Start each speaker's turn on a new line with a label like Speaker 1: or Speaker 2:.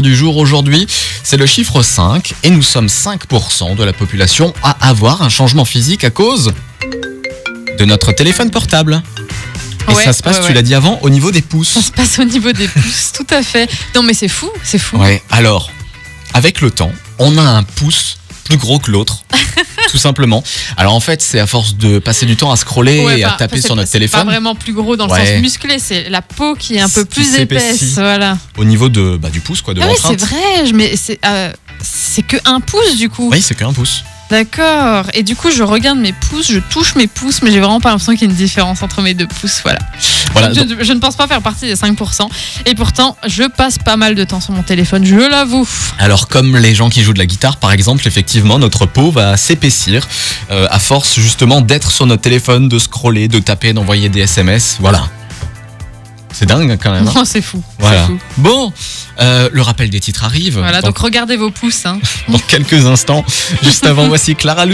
Speaker 1: du jour aujourd'hui, c'est le chiffre 5 et nous sommes 5% de la population à avoir un changement physique à cause de notre téléphone portable. Et
Speaker 2: Ouais,
Speaker 1: ça se passe,
Speaker 2: ouais,
Speaker 1: tu
Speaker 2: ouais.
Speaker 1: l'as dit avant, au niveau des
Speaker 2: Ça se
Speaker 1: pouces.
Speaker 2: passe au niveau des pouces, tout à fait. Non, mais c'est fou, c'est fou.
Speaker 1: Ouais. Alors, avec le temps, on a un pouce plus gros que l'autre. tout simplement. Alors en fait, c'est à force de passer du temps à scroller
Speaker 2: Ouais,
Speaker 1: et à
Speaker 2: enfin,
Speaker 1: taper
Speaker 2: enfin,
Speaker 1: sur
Speaker 2: c'est-
Speaker 1: notre
Speaker 2: C'est pas
Speaker 1: téléphone
Speaker 2: vraiment plus gros dans le
Speaker 1: Ouais.
Speaker 2: sens musclé, c'est la peau qui est un peu
Speaker 1: Qui
Speaker 2: plus
Speaker 1: s'épaissit.
Speaker 2: épaisse. Voilà.
Speaker 1: au niveau de, bah, du pouce, quoi, de
Speaker 2: ah oui, c'est
Speaker 1: l'empreinte.
Speaker 2: vrai, je- mais c'est euh, c'est que un pouce du coup.
Speaker 1: Oui, c'est qu'un pouce.
Speaker 2: D'accord. Et du coup, je regarde mes pouces, je touche mes pouces, mais j'ai vraiment pas l'impression qu'il y ait une différence entre mes deux pouces. Voilà.
Speaker 1: Voilà,
Speaker 2: je, je ne pense pas faire partie des 5%. Et pourtant, je passe pas mal de temps sur mon téléphone, je l'avoue.
Speaker 1: Alors comme les gens qui jouent de la guitare par exemple, effectivement notre peau va s'épaissir euh, à force justement d'être sur notre téléphone, de scroller, de taper, d'envoyer des SMS, voilà. C'est dingue quand même. hein.
Speaker 2: Non, c'est fou. c'est
Speaker 1: Voilà.
Speaker 2: fou.
Speaker 1: Bon, euh, le rappel des titres arrive
Speaker 2: Voilà,
Speaker 1: dans,
Speaker 2: donc regardez vos pouces. hein.
Speaker 1: dans quelques instants. Juste avant, voici Clara Luciani.